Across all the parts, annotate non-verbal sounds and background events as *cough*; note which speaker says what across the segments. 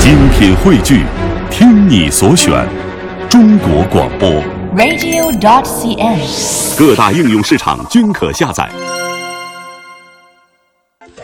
Speaker 1: 精品汇聚，听你所选，中国广播。
Speaker 2: radio.cn。
Speaker 1: 各大应用市场均可下载。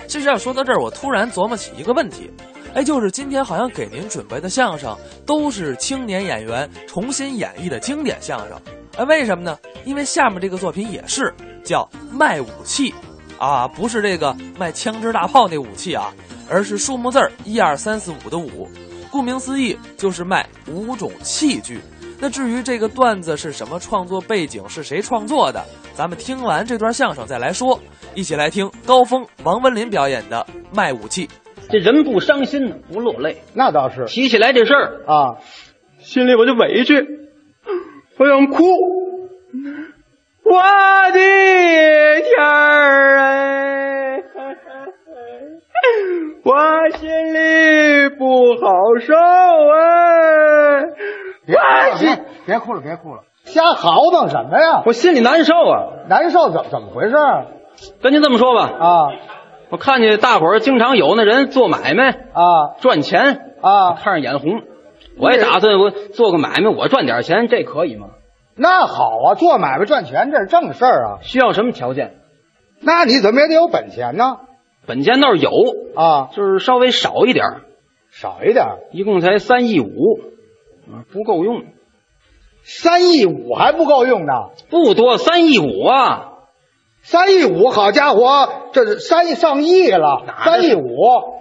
Speaker 3: 其实要说到这儿，我突然琢磨起一个问题，哎，就是今天好像给您准备的相声都是青年演员重新演绎的经典相声，哎，为什么呢？因为下面这个作品也是叫卖武器，啊，不是这个卖枪支大炮那武器啊，而是数目字儿一二三四五的五，顾名思义就是卖五种器具。那至于这个段子是什么创作背景，是谁创作的，咱们听完这段相声再来说。一起来听高峰、王文林表演的《卖武器》。
Speaker 4: 这人不伤心呢，不落泪。
Speaker 5: 那倒是
Speaker 4: 提起来这事儿，
Speaker 5: 啊，
Speaker 4: 心里我就委屈，我想哭。我的天儿哎，我心里不好受哎，
Speaker 5: 别哭了，
Speaker 4: 心
Speaker 5: 别别哭了，别哭了，瞎嚎腾什么呀？
Speaker 4: 我心里难受啊。
Speaker 5: 难受怎么怎么回事儿
Speaker 4: 跟您这么说吧，
Speaker 5: 啊
Speaker 4: 我看见大伙儿经常有那人做买卖
Speaker 5: 啊
Speaker 4: 赚钱，
Speaker 5: 啊？
Speaker 4: 看着眼红。我也打算我做个买卖，我赚点钱，这可以吗？
Speaker 5: 那好啊，做买卖赚钱这是正事儿啊。
Speaker 4: 需要什么条件？
Speaker 5: 那你怎么也得有本钱呢
Speaker 4: 本钱倒是有，
Speaker 5: 啊，
Speaker 4: 就是稍微少一点儿，
Speaker 5: 少一点儿，
Speaker 4: 一共才三亿五，啊不够用，
Speaker 5: 三亿五还不够用呢。
Speaker 4: 不多，三亿五啊，
Speaker 5: 三亿五，好家伙，这是三亿上亿了
Speaker 4: 哪，是
Speaker 5: 三亿五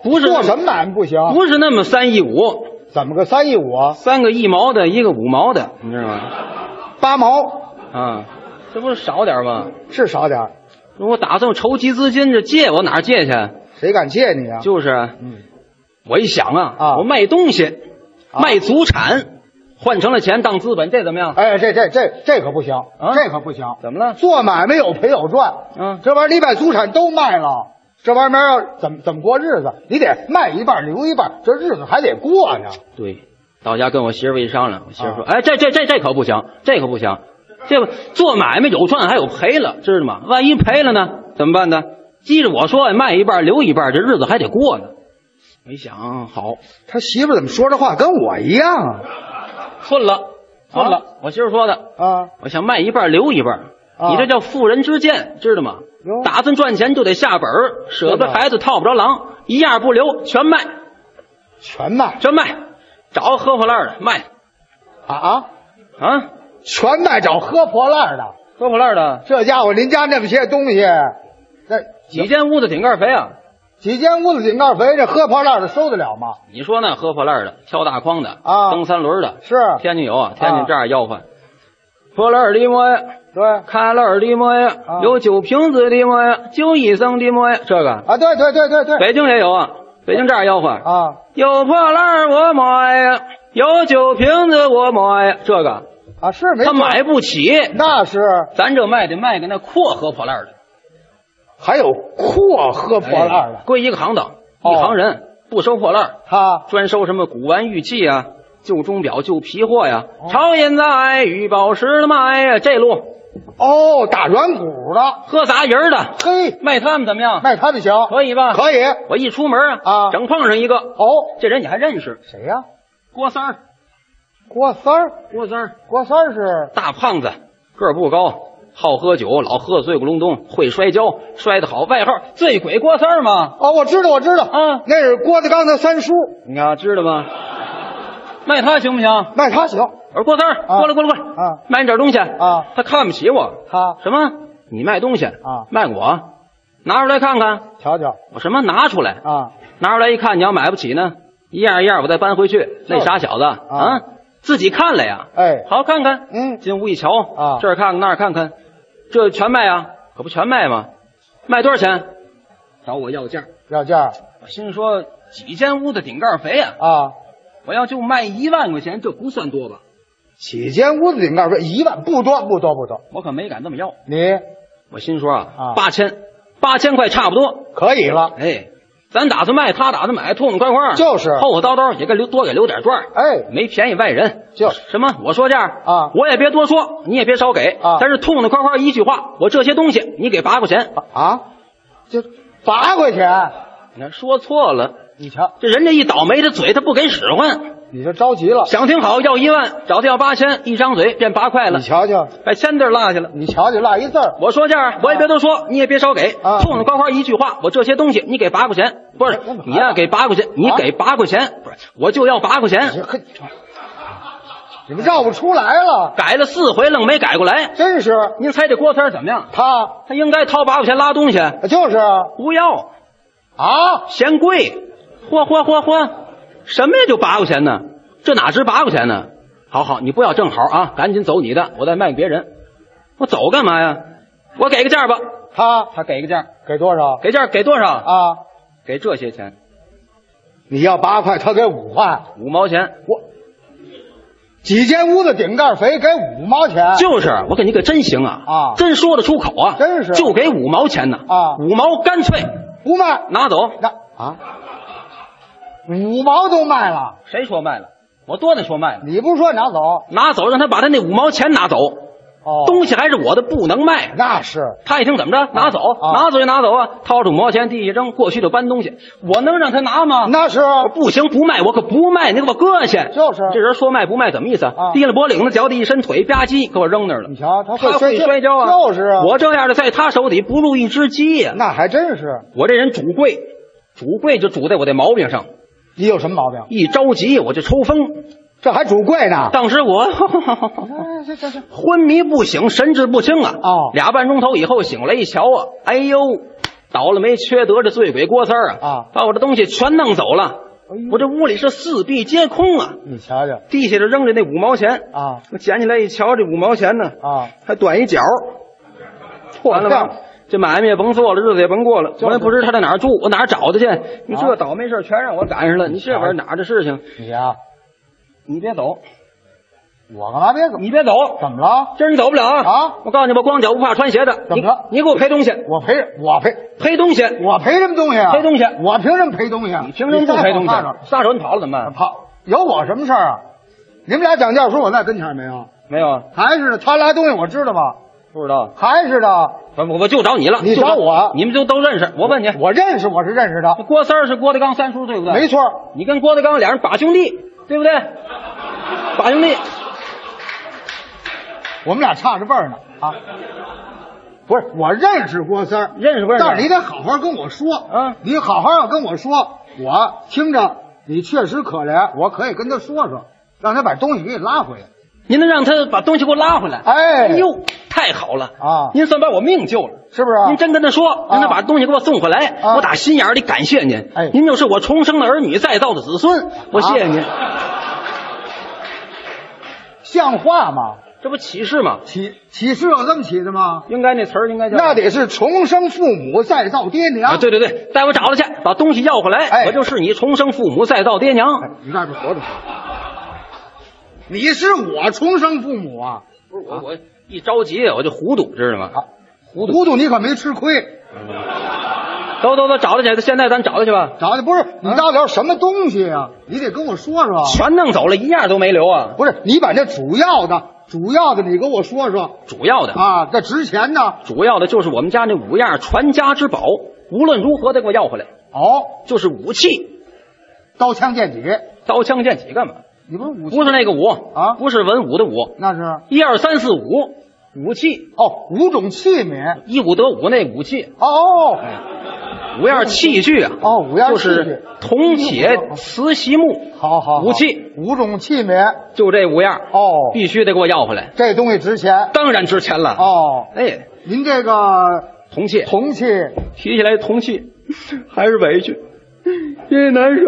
Speaker 4: 不是
Speaker 5: 做什么买卖不行？
Speaker 4: 不是那么三亿五，
Speaker 5: 怎么个三亿五啊？
Speaker 4: 三个一毛的，一个五毛的，你知道吗？
Speaker 5: 八毛
Speaker 4: 啊，这不是少点儿吗？
Speaker 5: 是少点儿，
Speaker 4: 我打算筹集资金，这借我哪儿借去？
Speaker 5: 谁敢借你啊？
Speaker 4: 就是啊，
Speaker 5: 嗯
Speaker 4: 我一想啊，
Speaker 5: 啊
Speaker 4: 我卖东西，
Speaker 5: 啊
Speaker 4: 卖祖产，换成了钱当资本，这怎么样？
Speaker 5: 哎，这这这这可不行，
Speaker 4: 啊
Speaker 5: 这可不行。
Speaker 4: 怎么了？
Speaker 5: 做买卖有赔有赚，
Speaker 4: 嗯
Speaker 5: 啊这玩意儿你把祖产都卖了，这玩意儿要怎么怎么过日子？你得卖一半留一半，这日子还得过呢。
Speaker 4: 对，到家跟我媳妇一商量，我媳妇说：“
Speaker 5: 啊
Speaker 4: 哎，这这这这可不行，这可不行，这个做买卖有赚还有赔了，知道吗？万一赔了呢，怎么办呢？记着我说，卖一半留一半，这日子还得过呢。”没想好，
Speaker 5: 他媳妇儿怎么说这话跟我一样啊？
Speaker 4: 顺了，顺了，我媳妇说的。
Speaker 5: 啊，
Speaker 4: 我想卖一半留一半，
Speaker 5: 啊
Speaker 4: 你这叫妇人之见，知道吗
Speaker 5: 哟？
Speaker 4: 打算赚钱就得下本儿，舍
Speaker 5: 对
Speaker 4: 得
Speaker 5: 吧
Speaker 4: 孩子套不着狼，一样不留，全卖，
Speaker 5: 全卖
Speaker 4: 全卖，找个喝破烂儿的卖
Speaker 5: 啊啊，
Speaker 4: 啊，
Speaker 5: 全卖找喝破烂的。
Speaker 4: 喝破烂儿的。
Speaker 5: 这家伙，您家那么些东西，那
Speaker 4: 几间屋子顶盖肥啊？
Speaker 5: 几间屋子井盖肥，这喝破烂的收得了吗？
Speaker 4: 你说那喝破烂的、挑大筐的、
Speaker 5: 啊
Speaker 4: 蹬三轮的，
Speaker 5: 是，
Speaker 4: 天津有啊，天
Speaker 5: 啊
Speaker 4: 津这样吆喝，破烂的么呀，
Speaker 5: 对啊，
Speaker 4: 开烂的么呀
Speaker 5: 啊，
Speaker 4: 有酒瓶子的么呀，酒医生的么呀，这个
Speaker 5: 啊对对对对对
Speaker 4: 北京也有啊，北京这样吆喝，
Speaker 5: 啊
Speaker 4: 有破烂我买呀，有酒瓶子我买呀，这个
Speaker 5: 啊是没
Speaker 4: 他
Speaker 5: 错
Speaker 4: 买不起，
Speaker 5: 那是
Speaker 4: 咱这卖得卖给那阔喝破烂的，
Speaker 5: 还有阔喝破烂
Speaker 4: 哎
Speaker 5: 的，
Speaker 4: 归一个行当，
Speaker 5: 哦
Speaker 4: 一行人不收破烂。
Speaker 5: 他
Speaker 4: 专收什么古玩玉器啊、旧钟表、旧皮货呀、
Speaker 5: 哦
Speaker 4: 朝烟在玉宝石的卖呀，这路
Speaker 5: 哦，打软骨的，
Speaker 4: 喝杂人儿的
Speaker 5: 嘿，
Speaker 4: 卖他们怎么样？
Speaker 5: 卖他们行，
Speaker 4: 可以吧？
Speaker 5: 可以
Speaker 4: 我一出门啊，
Speaker 5: 啊
Speaker 4: 整碰上一个，
Speaker 5: 哦，
Speaker 4: 这人你还认识？
Speaker 5: 谁呀、
Speaker 4: 郭三儿，
Speaker 5: 郭三儿，
Speaker 4: 郭三儿，
Speaker 5: 郭三儿是
Speaker 4: 大胖子，个儿不高，好喝酒，老喝醉咕隆咚，会摔跤，摔得好，外号醉鬼郭三儿嘛。
Speaker 5: 哦，我知道，我知道，
Speaker 4: 啊
Speaker 5: 那是郭德纲的三叔，
Speaker 4: 你看知道吗？卖他行不行？
Speaker 5: 卖他行
Speaker 4: 我说郭三儿，
Speaker 5: 啊
Speaker 4: 过来过来过来，
Speaker 5: 啊，
Speaker 4: 卖你点东西
Speaker 5: 啊，
Speaker 4: 他看不起我，
Speaker 5: 他
Speaker 4: 什么？你卖东西
Speaker 5: 啊
Speaker 4: 卖我，拿出来看看。
Speaker 5: 瞧瞧
Speaker 4: 我什么拿出来？
Speaker 5: 啊，
Speaker 4: 拿出来一看，你要买不起呢，一样一样我再搬回去。那傻小子啊，自己看了呀。
Speaker 5: 哎，
Speaker 4: 好看看，
Speaker 5: 嗯，
Speaker 4: 进屋一瞧
Speaker 5: 啊
Speaker 4: 这儿看看那儿看看，这全卖啊，可不全卖吗？卖多少钱？找我要价。
Speaker 5: 要价
Speaker 4: 我心说几间屋的顶盖肥呀、
Speaker 5: 啊，
Speaker 4: 我要就卖一万块钱，这不算多吧？
Speaker 5: 几间屋子顶盖说一万，不多不多不多，
Speaker 4: 我可没敢这么要。
Speaker 5: 你
Speaker 4: 我心说啊
Speaker 5: 啊，
Speaker 4: 八千，八千块差不多。
Speaker 5: 可以了，
Speaker 4: 哎，咱打算卖，他打算买，痛痛快快，
Speaker 5: 就是
Speaker 4: 厚厚叨叨也该留多给留点赚，
Speaker 5: 哎，
Speaker 4: 没便宜外人。
Speaker 5: 就是
Speaker 4: 什么？我说价
Speaker 5: 啊
Speaker 4: 我也别多说，你也别少给
Speaker 5: 啊
Speaker 4: 但是痛痛快快一句话，我这些东西你给八块钱。
Speaker 5: 啊，这八块钱，
Speaker 4: 你看说错了，
Speaker 5: 你瞧，
Speaker 4: 这人家一倒霉，这嘴他不给使唤。
Speaker 5: 你这着急了。
Speaker 4: 想听好，要一万，找他要八千，一张嘴变八块了
Speaker 5: 你，瞧瞧，
Speaker 4: 把千字落下了。
Speaker 5: 你瞧瞧，落一字儿，
Speaker 4: 我说价儿，我也别多说，你也别少给，
Speaker 5: 啊
Speaker 4: 痛痛快快一句话，我这些东西你给八块钱，不是
Speaker 5: 哎那么
Speaker 4: 你呀给八块钱，你
Speaker 5: 啊
Speaker 4: 给八块钱，不是我就要八块钱，
Speaker 5: 哎嘿，你们绕不出来了，
Speaker 4: 改了四回愣没改过来。
Speaker 5: 真是
Speaker 4: 您猜这郭三儿怎么样？
Speaker 5: 他
Speaker 4: 他应该掏八块钱拉东西，
Speaker 5: 就是啊
Speaker 4: 不要，
Speaker 5: 啊，
Speaker 4: 嫌贵，嚯嚯嚯嚯，什么也就八块钱呢，这哪值八块钱呢？好好，你不要正好啊，赶紧走你的，我再卖给别人。我走干嘛呀？我给个价吧，
Speaker 5: 他
Speaker 4: 他给个价，
Speaker 5: 给多少
Speaker 4: 给价给多少？
Speaker 5: 啊？
Speaker 4: 给这些钱，
Speaker 5: 你要八块，他给五块，
Speaker 4: 五毛钱。
Speaker 5: 我几间屋子顶盖肥，给五毛钱，
Speaker 4: 就是，我给你个真行啊
Speaker 5: 啊
Speaker 4: 真说得出口啊，
Speaker 5: 真是
Speaker 4: 就给五毛钱呢
Speaker 5: 啊
Speaker 4: 五毛干脆
Speaker 5: 不卖
Speaker 4: 拿走。
Speaker 5: 那啊，五毛都卖了，
Speaker 4: 谁说卖了？我多得说卖了，
Speaker 5: 你不说拿走
Speaker 4: 拿走让他把他那五毛钱拿走，
Speaker 5: 哦
Speaker 4: 东西还是我的，不能卖。
Speaker 5: 那是
Speaker 4: 他一听怎么着，拿走，
Speaker 5: 啊
Speaker 4: 拿走就拿走啊！掏出五毛钱，地一扔，过去就搬东西。我能让他拿吗？
Speaker 5: 那是啊
Speaker 4: 我不行，不卖，我可不卖，你给我搁下。
Speaker 5: 就是
Speaker 4: 这人说卖不卖，怎么意思
Speaker 5: 啊
Speaker 4: 提了脖领子，脚底一伸腿，吧唧给我扔那儿了
Speaker 5: 你。瞧他
Speaker 4: 他
Speaker 5: 摔
Speaker 4: 会摔跤啊！
Speaker 5: 就是啊，
Speaker 4: 我这样的在他手底不入一只鸡呀、
Speaker 5: 那还真是，
Speaker 4: 我这人主贵，主贵就主在我这毛病上，
Speaker 5: 你有什么毛病？
Speaker 4: 一着急我就抽风。
Speaker 5: 这还主贵呢？
Speaker 4: 当时我 *laughs*
Speaker 5: 哎行行行，
Speaker 4: 昏迷不醒，神志不清啊！
Speaker 5: 哦
Speaker 4: 俩半钟头以后醒来一瞧啊，哎呦，倒了霉缺德这醉鬼郭三儿啊，
Speaker 5: 啊
Speaker 4: 把我这东西全弄走了，
Speaker 5: 哎呦
Speaker 4: 我这屋里是四壁皆空啊！
Speaker 5: 你瞧瞧
Speaker 4: 地下就扔着那五毛钱，
Speaker 5: 啊
Speaker 4: 我捡起来一瞧，这五毛钱呢，
Speaker 5: 啊，
Speaker 4: 还短一角儿，完了
Speaker 5: 这样
Speaker 4: 吧？这买卖也甭做了，日子也甭过了。
Speaker 5: 就是啊
Speaker 4: 我也不知他在哪儿住，我哪儿找他去？你这倒霉事儿全让我赶上了，你这玩意儿哪儿的事情？
Speaker 5: 你啊，
Speaker 4: 你别走，
Speaker 5: 我干嘛别走？
Speaker 4: 你别走，
Speaker 5: 怎么了？
Speaker 4: 今儿你走不了啊！
Speaker 5: 啊
Speaker 4: 我告诉你，我光脚不怕穿鞋的。
Speaker 5: 怎么了
Speaker 4: 你你给我赔东西，
Speaker 5: 我赔我赔
Speaker 4: 赔东西，
Speaker 5: 我赔什么东西啊？
Speaker 4: 赔东西
Speaker 5: 我凭什么赔东西啊？
Speaker 4: 你凭什么不赔东西
Speaker 5: 你再给我看？
Speaker 4: 撒手你跑了怎么办？
Speaker 5: 跑有我什么事儿啊？你们俩讲价说我在跟前儿没有？
Speaker 4: 没有啊，
Speaker 5: 还是的，他拉东西我知道吧？
Speaker 4: 不知道。
Speaker 5: 还是的，
Speaker 4: 我我我就找你了，
Speaker 5: 你
Speaker 4: 就
Speaker 5: 找我
Speaker 4: 你们就都认识。我问你，
Speaker 5: 我认识，我是认识的，
Speaker 4: 郭三儿是郭德纲三叔对不对？
Speaker 5: 没错。
Speaker 4: 你跟郭德纲俩人把兄弟，对不对？把兄弟，
Speaker 5: 我们俩差着辈儿呢啊。不是，我认识郭三儿，
Speaker 4: 认识不认识
Speaker 5: 但是你得好好跟我说，
Speaker 4: 啊
Speaker 5: 你好好要跟我说，我听着，你确实可怜，我可以跟他说说，让他把东西给你拉回来。
Speaker 4: 您能让他把东西给我拉回来？
Speaker 5: 哎
Speaker 4: 呦，太好了
Speaker 5: 啊
Speaker 4: 您算把我命救了。
Speaker 5: 是不是啊
Speaker 4: 您真跟他说，让他把东西给我送回来，
Speaker 5: 啊
Speaker 4: 我打心眼里感谢您。
Speaker 5: 哎啊
Speaker 4: 您就是我重生的儿女，再造的子孙，我谢谢您。
Speaker 5: 像话吗？
Speaker 4: 这不启示吗？
Speaker 5: 起起是有这么起的吗？
Speaker 4: 应该那词儿应该叫
Speaker 5: 那得是重生父母，再造爹娘。
Speaker 4: 啊，对对对，带我找他去，把东西要回来，
Speaker 5: 哎
Speaker 4: 我就是你重生父母，再造爹
Speaker 5: 哎
Speaker 4: 娘。啊
Speaker 5: 你外边活着去。你是我重生父母啊！
Speaker 4: 不是我，我一着急啊我就糊涂，知道吗？
Speaker 5: 啊糊涂你可没吃亏，
Speaker 4: 走走走，找他去，现在咱找他去吧。
Speaker 5: 找的不是你到底要什么东西啊？你得跟我说说。
Speaker 4: 全弄走了，一样都没留啊！
Speaker 5: 不是你把这主要的、主要的你给我说说
Speaker 4: 主要的，
Speaker 5: 啊，这值钱的
Speaker 4: 主要的就是我们家那五样传家之宝，无论如何得给我要回来。
Speaker 5: 哦，
Speaker 4: 就是武器，
Speaker 5: 刀枪剑戟，
Speaker 4: 刀枪剑戟干嘛？
Speaker 5: 你不是武器
Speaker 4: 不是那个武
Speaker 5: 啊
Speaker 4: 不是文武的武，
Speaker 5: 那是
Speaker 4: 一二三四五，武器，
Speaker 5: 哦五种器皿
Speaker 4: 一五得五那武器，
Speaker 5: 哦
Speaker 4: 五样器具啊，
Speaker 5: 哦五样器具
Speaker 4: 就是铜铁瓷席木，
Speaker 5: 好好好
Speaker 4: 武器
Speaker 5: 五种器皿
Speaker 4: 就这五样，
Speaker 5: 哦，
Speaker 4: 必须得给我要回来，
Speaker 5: 这东西值钱
Speaker 4: 当然值钱了。
Speaker 5: 哦。
Speaker 4: 哎，
Speaker 5: 您这个
Speaker 4: 铜器，
Speaker 5: 铜器
Speaker 4: 提起来铜
Speaker 5: *laughs*
Speaker 4: 器，还是委屈，也难受。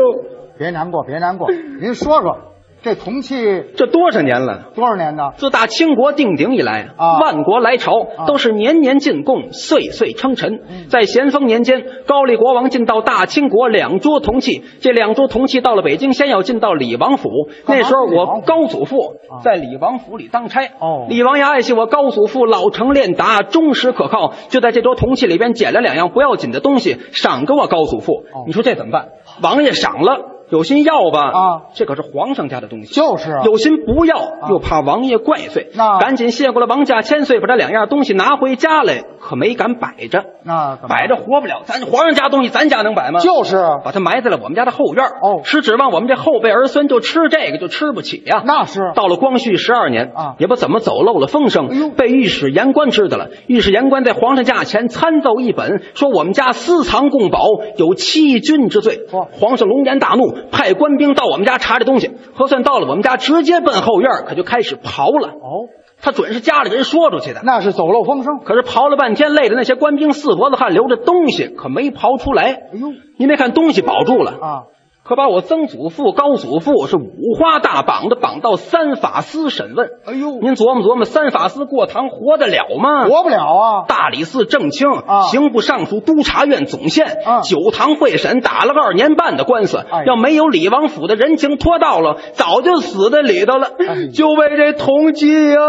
Speaker 5: 别难过，别难过，您说说这铜器
Speaker 4: 这多少年了？
Speaker 5: 多少年的？
Speaker 4: 自打清国定鼎以来
Speaker 5: 啊
Speaker 4: 万国来朝、
Speaker 5: 啊嗯
Speaker 4: 都是年年进贡，岁岁称臣。在咸丰年间，高丽国王进到大清国两桌铜器，这两桌铜器到了北京，先要进到李王府。
Speaker 5: 干嘛
Speaker 4: 那时候
Speaker 5: 去李王
Speaker 4: 我
Speaker 5: 府
Speaker 4: 高祖父
Speaker 5: 啊
Speaker 4: 在李王府里当差，
Speaker 5: 哦
Speaker 4: 李王爷爱惜我高祖父老成练达，忠实可靠，就在这桌铜器里边捡了两样不要紧的东西，赏给我高祖父。
Speaker 5: 哦
Speaker 4: 你说这怎么办？王爷赏了。有心要吧，
Speaker 5: 啊，
Speaker 4: 这可是皇上家的东西。
Speaker 5: 就是啊，
Speaker 4: 有心不要，又怕王爷怪罪，
Speaker 5: 那
Speaker 4: 赶紧谢过了王家千岁，把这两样东西拿回家来，可没敢摆着，
Speaker 5: 那怎么
Speaker 4: 摆着活不了。咱皇上家东西，咱家能摆吗？
Speaker 5: 就是啊
Speaker 4: 把它埋在了我们家的后院儿
Speaker 5: 哦
Speaker 4: 是指望我们这后辈儿孙就吃这个就吃不起呀、
Speaker 5: 那是
Speaker 4: *laughs*
Speaker 5: 哦
Speaker 4: 到了光绪十二年
Speaker 5: 啊
Speaker 4: 也不怎么走漏了风声，
Speaker 5: 哎呦
Speaker 4: 被御史言官知道了。御史言官在皇上驾前参奏一本，说我们家私藏贡宝，有欺君之罪。
Speaker 5: 哦
Speaker 4: 皇上龙颜大怒，派官兵到我们家查这东西，核算到了我们家，直接奔后院儿，可就开始刨了。
Speaker 5: 哦，
Speaker 4: 他准是家里人说出去的。
Speaker 5: 那是走漏风声。
Speaker 4: 可是刨了半天，累的那些官兵四脖子汗，流着东西，可没刨出来。
Speaker 5: 哎呦
Speaker 4: 您别看东西保住了，
Speaker 5: 啊，
Speaker 4: 可把我曾祖父、高祖父是五花大绑的绑到三法司审问。
Speaker 5: 哎呦，
Speaker 4: 您琢磨琢磨，三法司过堂活得了吗？
Speaker 5: 活不了啊！
Speaker 4: 大理寺正卿、
Speaker 5: 啊
Speaker 4: 刑部尚书、督察院总宪、
Speaker 5: 啊
Speaker 4: 九堂会审，打了二年半的官司。
Speaker 5: 哎
Speaker 4: 要没有李王府的人情拖到了，早就死在里头了。
Speaker 5: 哎
Speaker 4: 就为这铜器哟，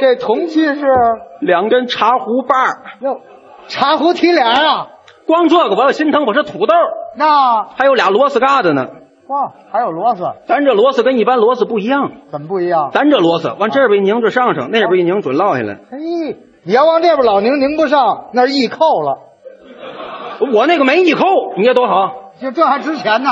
Speaker 5: 这铜器是
Speaker 4: 两根茶壶把儿
Speaker 5: 哟，茶壶提脸啊，
Speaker 4: 光这个我要心疼，我是土豆，
Speaker 5: 那
Speaker 4: 还有俩螺丝疙瘩呢。
Speaker 5: 哇，还有螺丝，
Speaker 4: 咱这螺丝跟一般螺丝不一样，
Speaker 5: 怎么不一样？
Speaker 4: 咱这螺丝往这边一拧就上
Speaker 5: 啊
Speaker 4: 上，那边一拧准落下来。
Speaker 5: 嘿，你要往这边老拧拧不上，那是易扣了，
Speaker 4: 我那个没一扣，你看多好，
Speaker 5: 就这还值钱呢。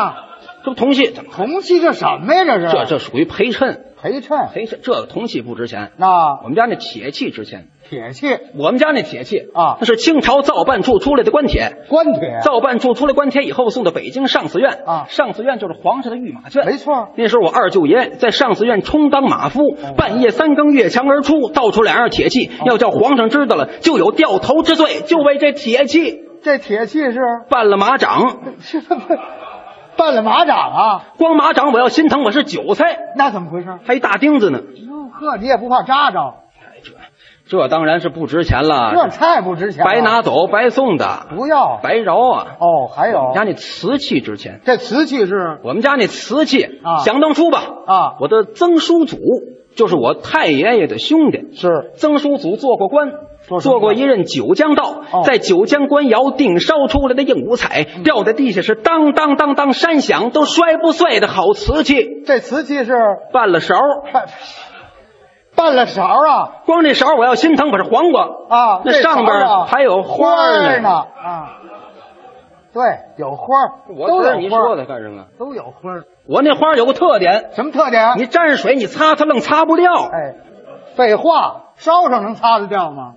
Speaker 4: 这不铜器，这
Speaker 5: 铜器这什么呀？这是
Speaker 4: 这这属于陪衬，
Speaker 5: 陪衬，
Speaker 4: 陪衬这个铜器不值钱，
Speaker 5: 那
Speaker 4: 我们家那铁器值钱。
Speaker 5: 铁器
Speaker 4: 我们家那铁器
Speaker 5: 啊
Speaker 4: 那是清朝造办处出来的官铁。
Speaker 5: 关铁，
Speaker 4: 造办处出来官铁以后，送到北京上寺院
Speaker 5: 啊
Speaker 4: 上寺院就是皇上的御马圈，
Speaker 5: 没错
Speaker 4: 那时候我二舅爷在上寺院充当马夫，
Speaker 5: 哦
Speaker 4: 半夜三更越墙而出，倒出两样铁器，要叫皇上知道了，就有掉头之罪，就为这铁器
Speaker 5: 这铁器是 *laughs*
Speaker 4: 办了马掌。
Speaker 5: 是不办了马掌啊？
Speaker 4: 光马掌我要心疼，我是韭菜，
Speaker 5: 那怎么回事？
Speaker 4: 还一大钉子呢。
Speaker 5: 哟呵，你也不怕扎着？
Speaker 4: 这当然是不值钱
Speaker 5: 这啊
Speaker 4: 了，
Speaker 5: 太不值钱了，
Speaker 4: 白拿走，白送的，
Speaker 5: 不要
Speaker 4: 白饶啊！
Speaker 5: 哦。还
Speaker 4: 我
Speaker 5: 有
Speaker 4: 们家那瓷器值钱，
Speaker 5: 这瓷器是
Speaker 4: 我们家那瓷器
Speaker 5: 啊
Speaker 4: 想当初吧，
Speaker 5: 啊
Speaker 4: 我的曾叔祖就是我太爷爷的兄弟，
Speaker 5: 是
Speaker 4: 曾叔祖做过官，
Speaker 5: 做什么
Speaker 4: 做过一任九江道，
Speaker 5: 哦嗯
Speaker 4: 在九江官窑定烧出来的硬五彩，掉在地下是当当当当山响，都摔不碎的好瓷器。
Speaker 5: 这瓷器是
Speaker 4: 拌了勺，
Speaker 5: 拌拌了勺啊
Speaker 4: 光这勺我要心疼，可是黄瓜
Speaker 5: 啊，
Speaker 4: 那
Speaker 5: 这勺
Speaker 4: 上边
Speaker 5: 啊
Speaker 4: 还有
Speaker 5: 花
Speaker 4: 儿
Speaker 5: 儿呢。啊，对，有花儿，
Speaker 4: 我
Speaker 5: 都
Speaker 4: 知道
Speaker 5: 有
Speaker 4: 你
Speaker 5: 花
Speaker 4: 说
Speaker 5: 儿，
Speaker 4: 的干什么？
Speaker 5: 都有花儿，
Speaker 4: 我那花有个特点，
Speaker 5: 什么特点？啊
Speaker 4: 你沾上水你擦它愣擦不掉。
Speaker 5: 哎，废话，烧上能擦得掉吗？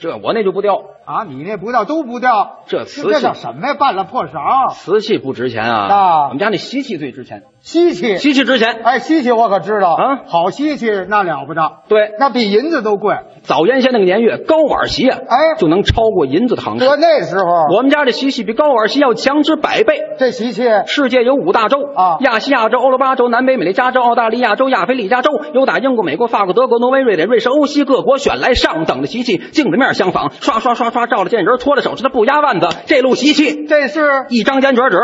Speaker 4: 这我那就不掉，
Speaker 5: 啊，你那不掉都不掉，
Speaker 4: 这瓷器
Speaker 5: 这叫什么呀？拌了破勺，
Speaker 4: 瓷器不值钱啊。
Speaker 5: 那
Speaker 4: 我们家那锡器最值钱，
Speaker 5: 稀奇。
Speaker 4: 锡器值钱。
Speaker 5: 哎，稀奇我可知道
Speaker 4: 啊
Speaker 5: 好稀奇那了不得，
Speaker 4: 对，
Speaker 5: 那比银子都贵。
Speaker 4: 早原先那个年月，高碗席啊，
Speaker 5: 哎
Speaker 4: 就能超过银子的行市。
Speaker 5: 搁那时候，
Speaker 4: 我们家这习气比高碗席要强之百倍。
Speaker 5: 这习气
Speaker 4: 世界有五大洲
Speaker 5: 啊
Speaker 4: 亚细亚洲、欧罗巴洲、南北美利加洲、澳大利亚洲、亚非利加洲，有打英国、美国、法国、德国、挪威、瑞典、瑞士、欧西各国选来上等的习气，镜子面相仿，刷刷刷刷照了见人，脱了手指头不压腕子，这路习气，
Speaker 5: 这是
Speaker 4: 一张烟卷纸，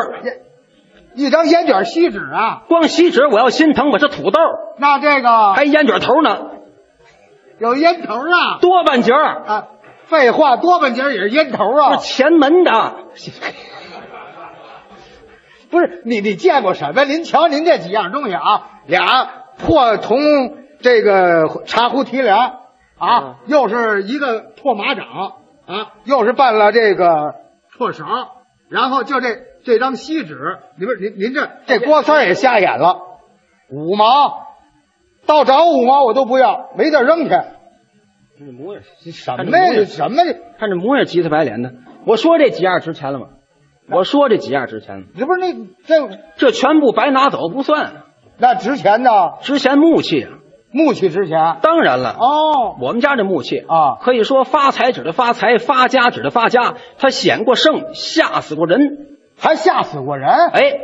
Speaker 5: 一张烟卷锡纸啊，
Speaker 4: 光锡纸我要心疼，我是土豆，
Speaker 5: 那这个
Speaker 4: 还烟卷头呢，
Speaker 5: 有烟头啊
Speaker 4: 多半截儿，
Speaker 5: 啊！废话，多半截儿也是烟头啊
Speaker 4: 是！前门的，
Speaker 5: 不是你，你见过什么？您瞧您这几样东西啊，俩破铜这个茶壶提梁啊，又是一个破马掌啊，又是办了这个破勺，然后就这这张锡纸，你不是您您这这郭三儿也瞎眼了，五毛，到找五毛我都不要，没地儿扔去。
Speaker 4: 这模样，
Speaker 5: 什么呀？什么呀？
Speaker 4: 看这模样急头白脸的。我说这几样值钱了吗？我说这几样值钱吗？
Speaker 5: 这不是那这
Speaker 4: 这全部白拿走不算，
Speaker 5: 那值钱呢？
Speaker 4: 值钱木器啊。
Speaker 5: 木器值钱
Speaker 4: 当然了，
Speaker 5: 哦，
Speaker 4: 我们家这木器
Speaker 5: 啊
Speaker 4: 可以说发财指的发财，发家指的发家，它显过圣，吓死过人。
Speaker 5: 还吓死过人。
Speaker 4: 哎，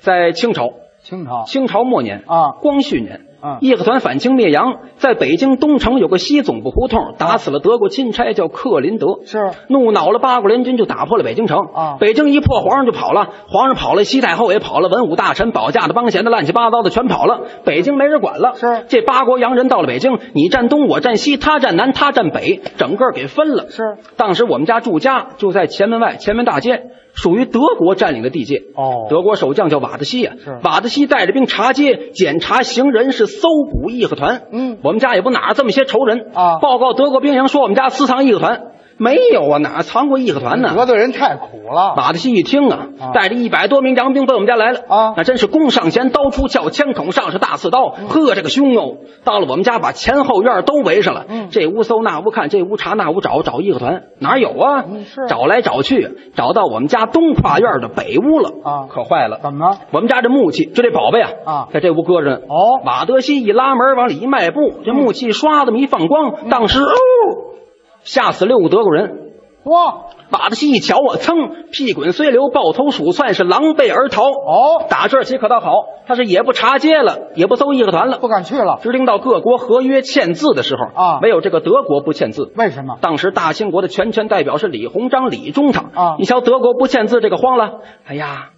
Speaker 4: 在清朝，
Speaker 5: 清朝
Speaker 4: 清朝末年
Speaker 5: 啊
Speaker 4: 光绪年
Speaker 5: 嗯
Speaker 4: 义和团反清灭洋，在北京东城有个西总部胡同，打死了德国钦差叫克林德，
Speaker 5: 啊是
Speaker 4: 怒恼了八国联军，就打破了北京城
Speaker 5: 啊
Speaker 4: 北京一破，皇上就跑了，皇上跑了，西太后也跑了，文武大臣、保驾的、帮闲的、乱七八糟的全跑了，北京没人管了。
Speaker 5: 是
Speaker 4: 这八国洋人到了北京，你站东，我站西，他站南，他站北，整个给分了。
Speaker 5: 是
Speaker 4: 当时我们家住家就在前门外前门大街，属于德国占领的地界。
Speaker 5: 哦
Speaker 4: 德国守将叫瓦德西啊
Speaker 5: 是，
Speaker 4: 瓦德西带着兵查街、检查行人，是搜捕义和团。
Speaker 5: 嗯
Speaker 4: 我们家也不哪儿这么些仇人
Speaker 5: 啊
Speaker 4: 报告德国兵营说我们家私藏义和团，没有啊，哪儿藏过义和团呢？
Speaker 5: 得罪人太苦了。
Speaker 4: 马德西一听啊
Speaker 5: 嗯啊，
Speaker 4: 带着一百多名洋兵奔我们家来了
Speaker 5: 啊嗯
Speaker 4: 那真是弓上弦，刀出鞘，枪口上是大刺刀，呵，这个凶哦！到了我们家，把前后院都围上了，
Speaker 5: 嗯
Speaker 4: 这屋搜那屋看，这屋查那屋找，找义和团哪有啊？
Speaker 5: 嗯是
Speaker 4: 找来找去，找到我们家东跨院的北屋了
Speaker 5: 啊
Speaker 4: 可坏了，
Speaker 5: 怎么了？
Speaker 4: 我们家这木器，就这宝贝啊，
Speaker 5: 啊
Speaker 4: 在这屋搁着呢。
Speaker 5: 哦嗯
Speaker 4: 马德西一拉门，往里一迈步，这木器唰这么一放光，当时哦，吓死六个德国人。
Speaker 5: 哇，
Speaker 4: 马德西一瞧啊，噌，屁滚虽流，抱头鼠窜，是狼狈而逃。
Speaker 5: 哦
Speaker 4: 打这儿起可倒好，他是也不查街了，也不搜义和团了
Speaker 5: 不，敢去了。
Speaker 4: 直盯到各国合约签字的时候
Speaker 5: 啊
Speaker 4: 没有这个德国不签字。
Speaker 5: 为什么？
Speaker 4: 当时大清国的全权代表是李鸿章、李中堂
Speaker 5: 啊
Speaker 4: 你瞧德国不签字，这个慌了。哎呀，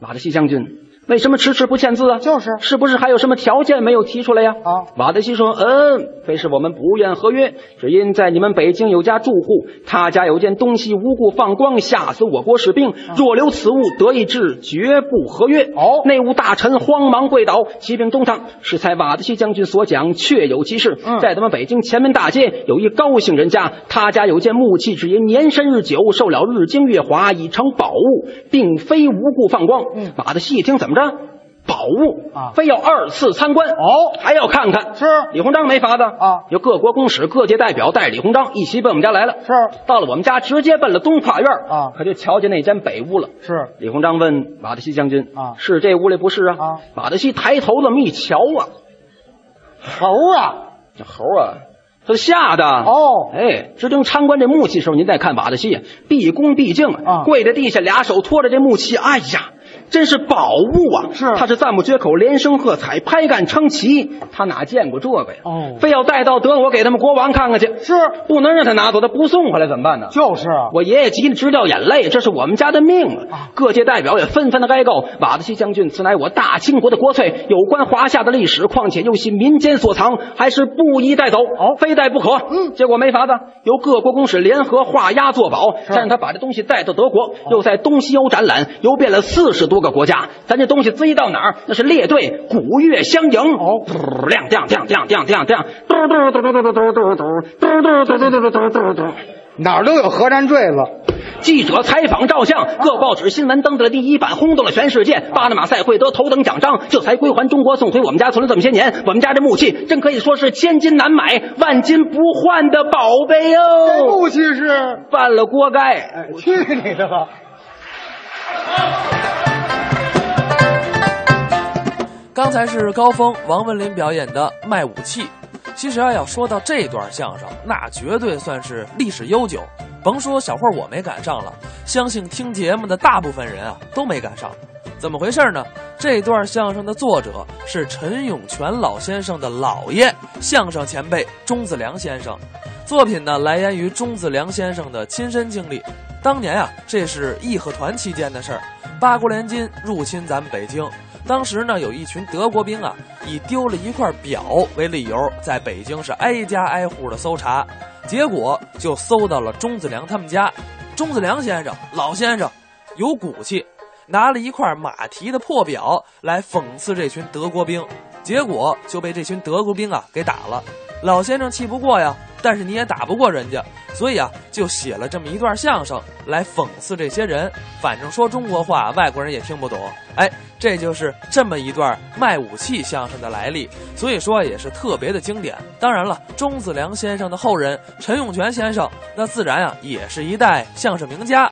Speaker 4: 瓦德西将军，为什么迟迟不签字啊？
Speaker 5: 就是
Speaker 4: 是不是还有什么条件没有提出来呀？
Speaker 5: 啊
Speaker 4: 瓦德西说，嗯，非是我们不愿合约，只因在你们北京有家住户，他家有件东西无故放光，吓死我国士兵。若留此物，得以治，绝不合约。
Speaker 5: 哦
Speaker 4: 内务大臣慌忙跪倒，骑兵东堂。是才瓦德西将军所讲，确有其事。
Speaker 5: 嗯
Speaker 4: 在咱们北京前门大街有一高姓人家，他家有件木器，只因年深日久，受了日精月华，已成宝物，并非无故放光。
Speaker 5: 嗯
Speaker 4: 瓦德西一听，怎么着？宝物
Speaker 5: 啊
Speaker 4: 非要二次参观
Speaker 5: 哦
Speaker 4: 还要看看。
Speaker 5: 是
Speaker 4: 李鸿章没法子
Speaker 5: 啊
Speaker 4: 有各国公使、各界代表带着李鸿章一起奔我们家来了。
Speaker 5: 是
Speaker 4: 到了我们家，直接奔了东跨院
Speaker 5: 啊
Speaker 4: 可就瞧见那间北屋
Speaker 5: *laughs*
Speaker 4: 了。
Speaker 5: 是，
Speaker 4: 李鸿章问马德西将军
Speaker 5: 啊
Speaker 4: 是这屋里不是啊？
Speaker 5: 啊
Speaker 4: 马德西抬头这么一瞧啊，
Speaker 5: 猴啊！
Speaker 4: 这猴啊，他吓得
Speaker 5: 哦
Speaker 4: 哎，直盯参观这木器时候，您再看马德西啊毕恭毕敬
Speaker 5: 啊
Speaker 4: 跪在地下，俩手托着这木器，哎呀。真是宝物啊！
Speaker 5: 是
Speaker 4: 他是赞不绝口，连声喝彩，拍杆称奇。他哪见过这个呀？
Speaker 5: 哦
Speaker 4: 非要带到德国给他们国王看看去，
Speaker 5: 是
Speaker 4: 不能让他拿走，他不送回来怎么办呢？
Speaker 5: 就是啊！
Speaker 4: 我爷爷急得直掉眼泪，这是我们家的命
Speaker 5: 啊
Speaker 4: 啊！各界代表也纷纷的哀告，瓦德西将军，此乃我大清国的国粹，有关华夏的历史，况且又系民间所藏，还是不宜带走，哦，非带不可。嗯，结果没法子，由各国公使联合画押作保，
Speaker 5: 是
Speaker 4: 再让他把这东西带到德国，又在东西欧展览，游遍了四十多个国家。咱这东西追到哪儿，那是列队鼓乐相迎，哦，亮亮亮亮亮亮亮，嘟嘟嘟嘟嘟嘟嘟嘟嘟嘟嘟嘟嘟嘟嘟。
Speaker 5: 哪儿都有河南坠子。
Speaker 4: 记者采访照相，各报纸新闻登在了第一版，轰动了全世界。巴拿马赛会得头等奖章，这才归还中国，送回我们家存了这么些年。我们家这木器真可以说是千金难买、万金不换的宝贝
Speaker 5: 这
Speaker 4: 哟、
Speaker 5: 木器是？
Speaker 4: 犯了锅盖，
Speaker 5: 哎，去你的吧！
Speaker 3: 刚才是高峰、王文林表演的卖武器。其实啊，要说到这段相声，那绝对算是历史悠久。甭说小慧我没赶上了，相信听节目的大部分人啊都没赶上。怎么回事呢？这段相声的作者是陈永泉老先生的姥爷，相声前辈钟子良先生。作品呢来源于钟子良先生的亲身经历。当年啊，这是义和团期间的事儿，八国联军入侵咱们北京。当时呢，有一群德国兵啊，以丢了一块表为理由，在北京是挨家挨户的搜查，结果就搜到了钟子良他们家。钟子良先生，老先生，有骨气，拿了一块马蹄的破表来讽刺这群德国兵，结果就被这群德国兵啊给打了。老先生气不过呀，但是你也打不过人家，所以啊，就写了这么一段相声来讽刺这些人。反正说中国话，外国人也听不懂。哎，这就是这么一段卖武器相声的来历，所以说也是特别的经典。当然了，钟子良先生的后人陈永泉先生，那自然啊也是一代相声名家。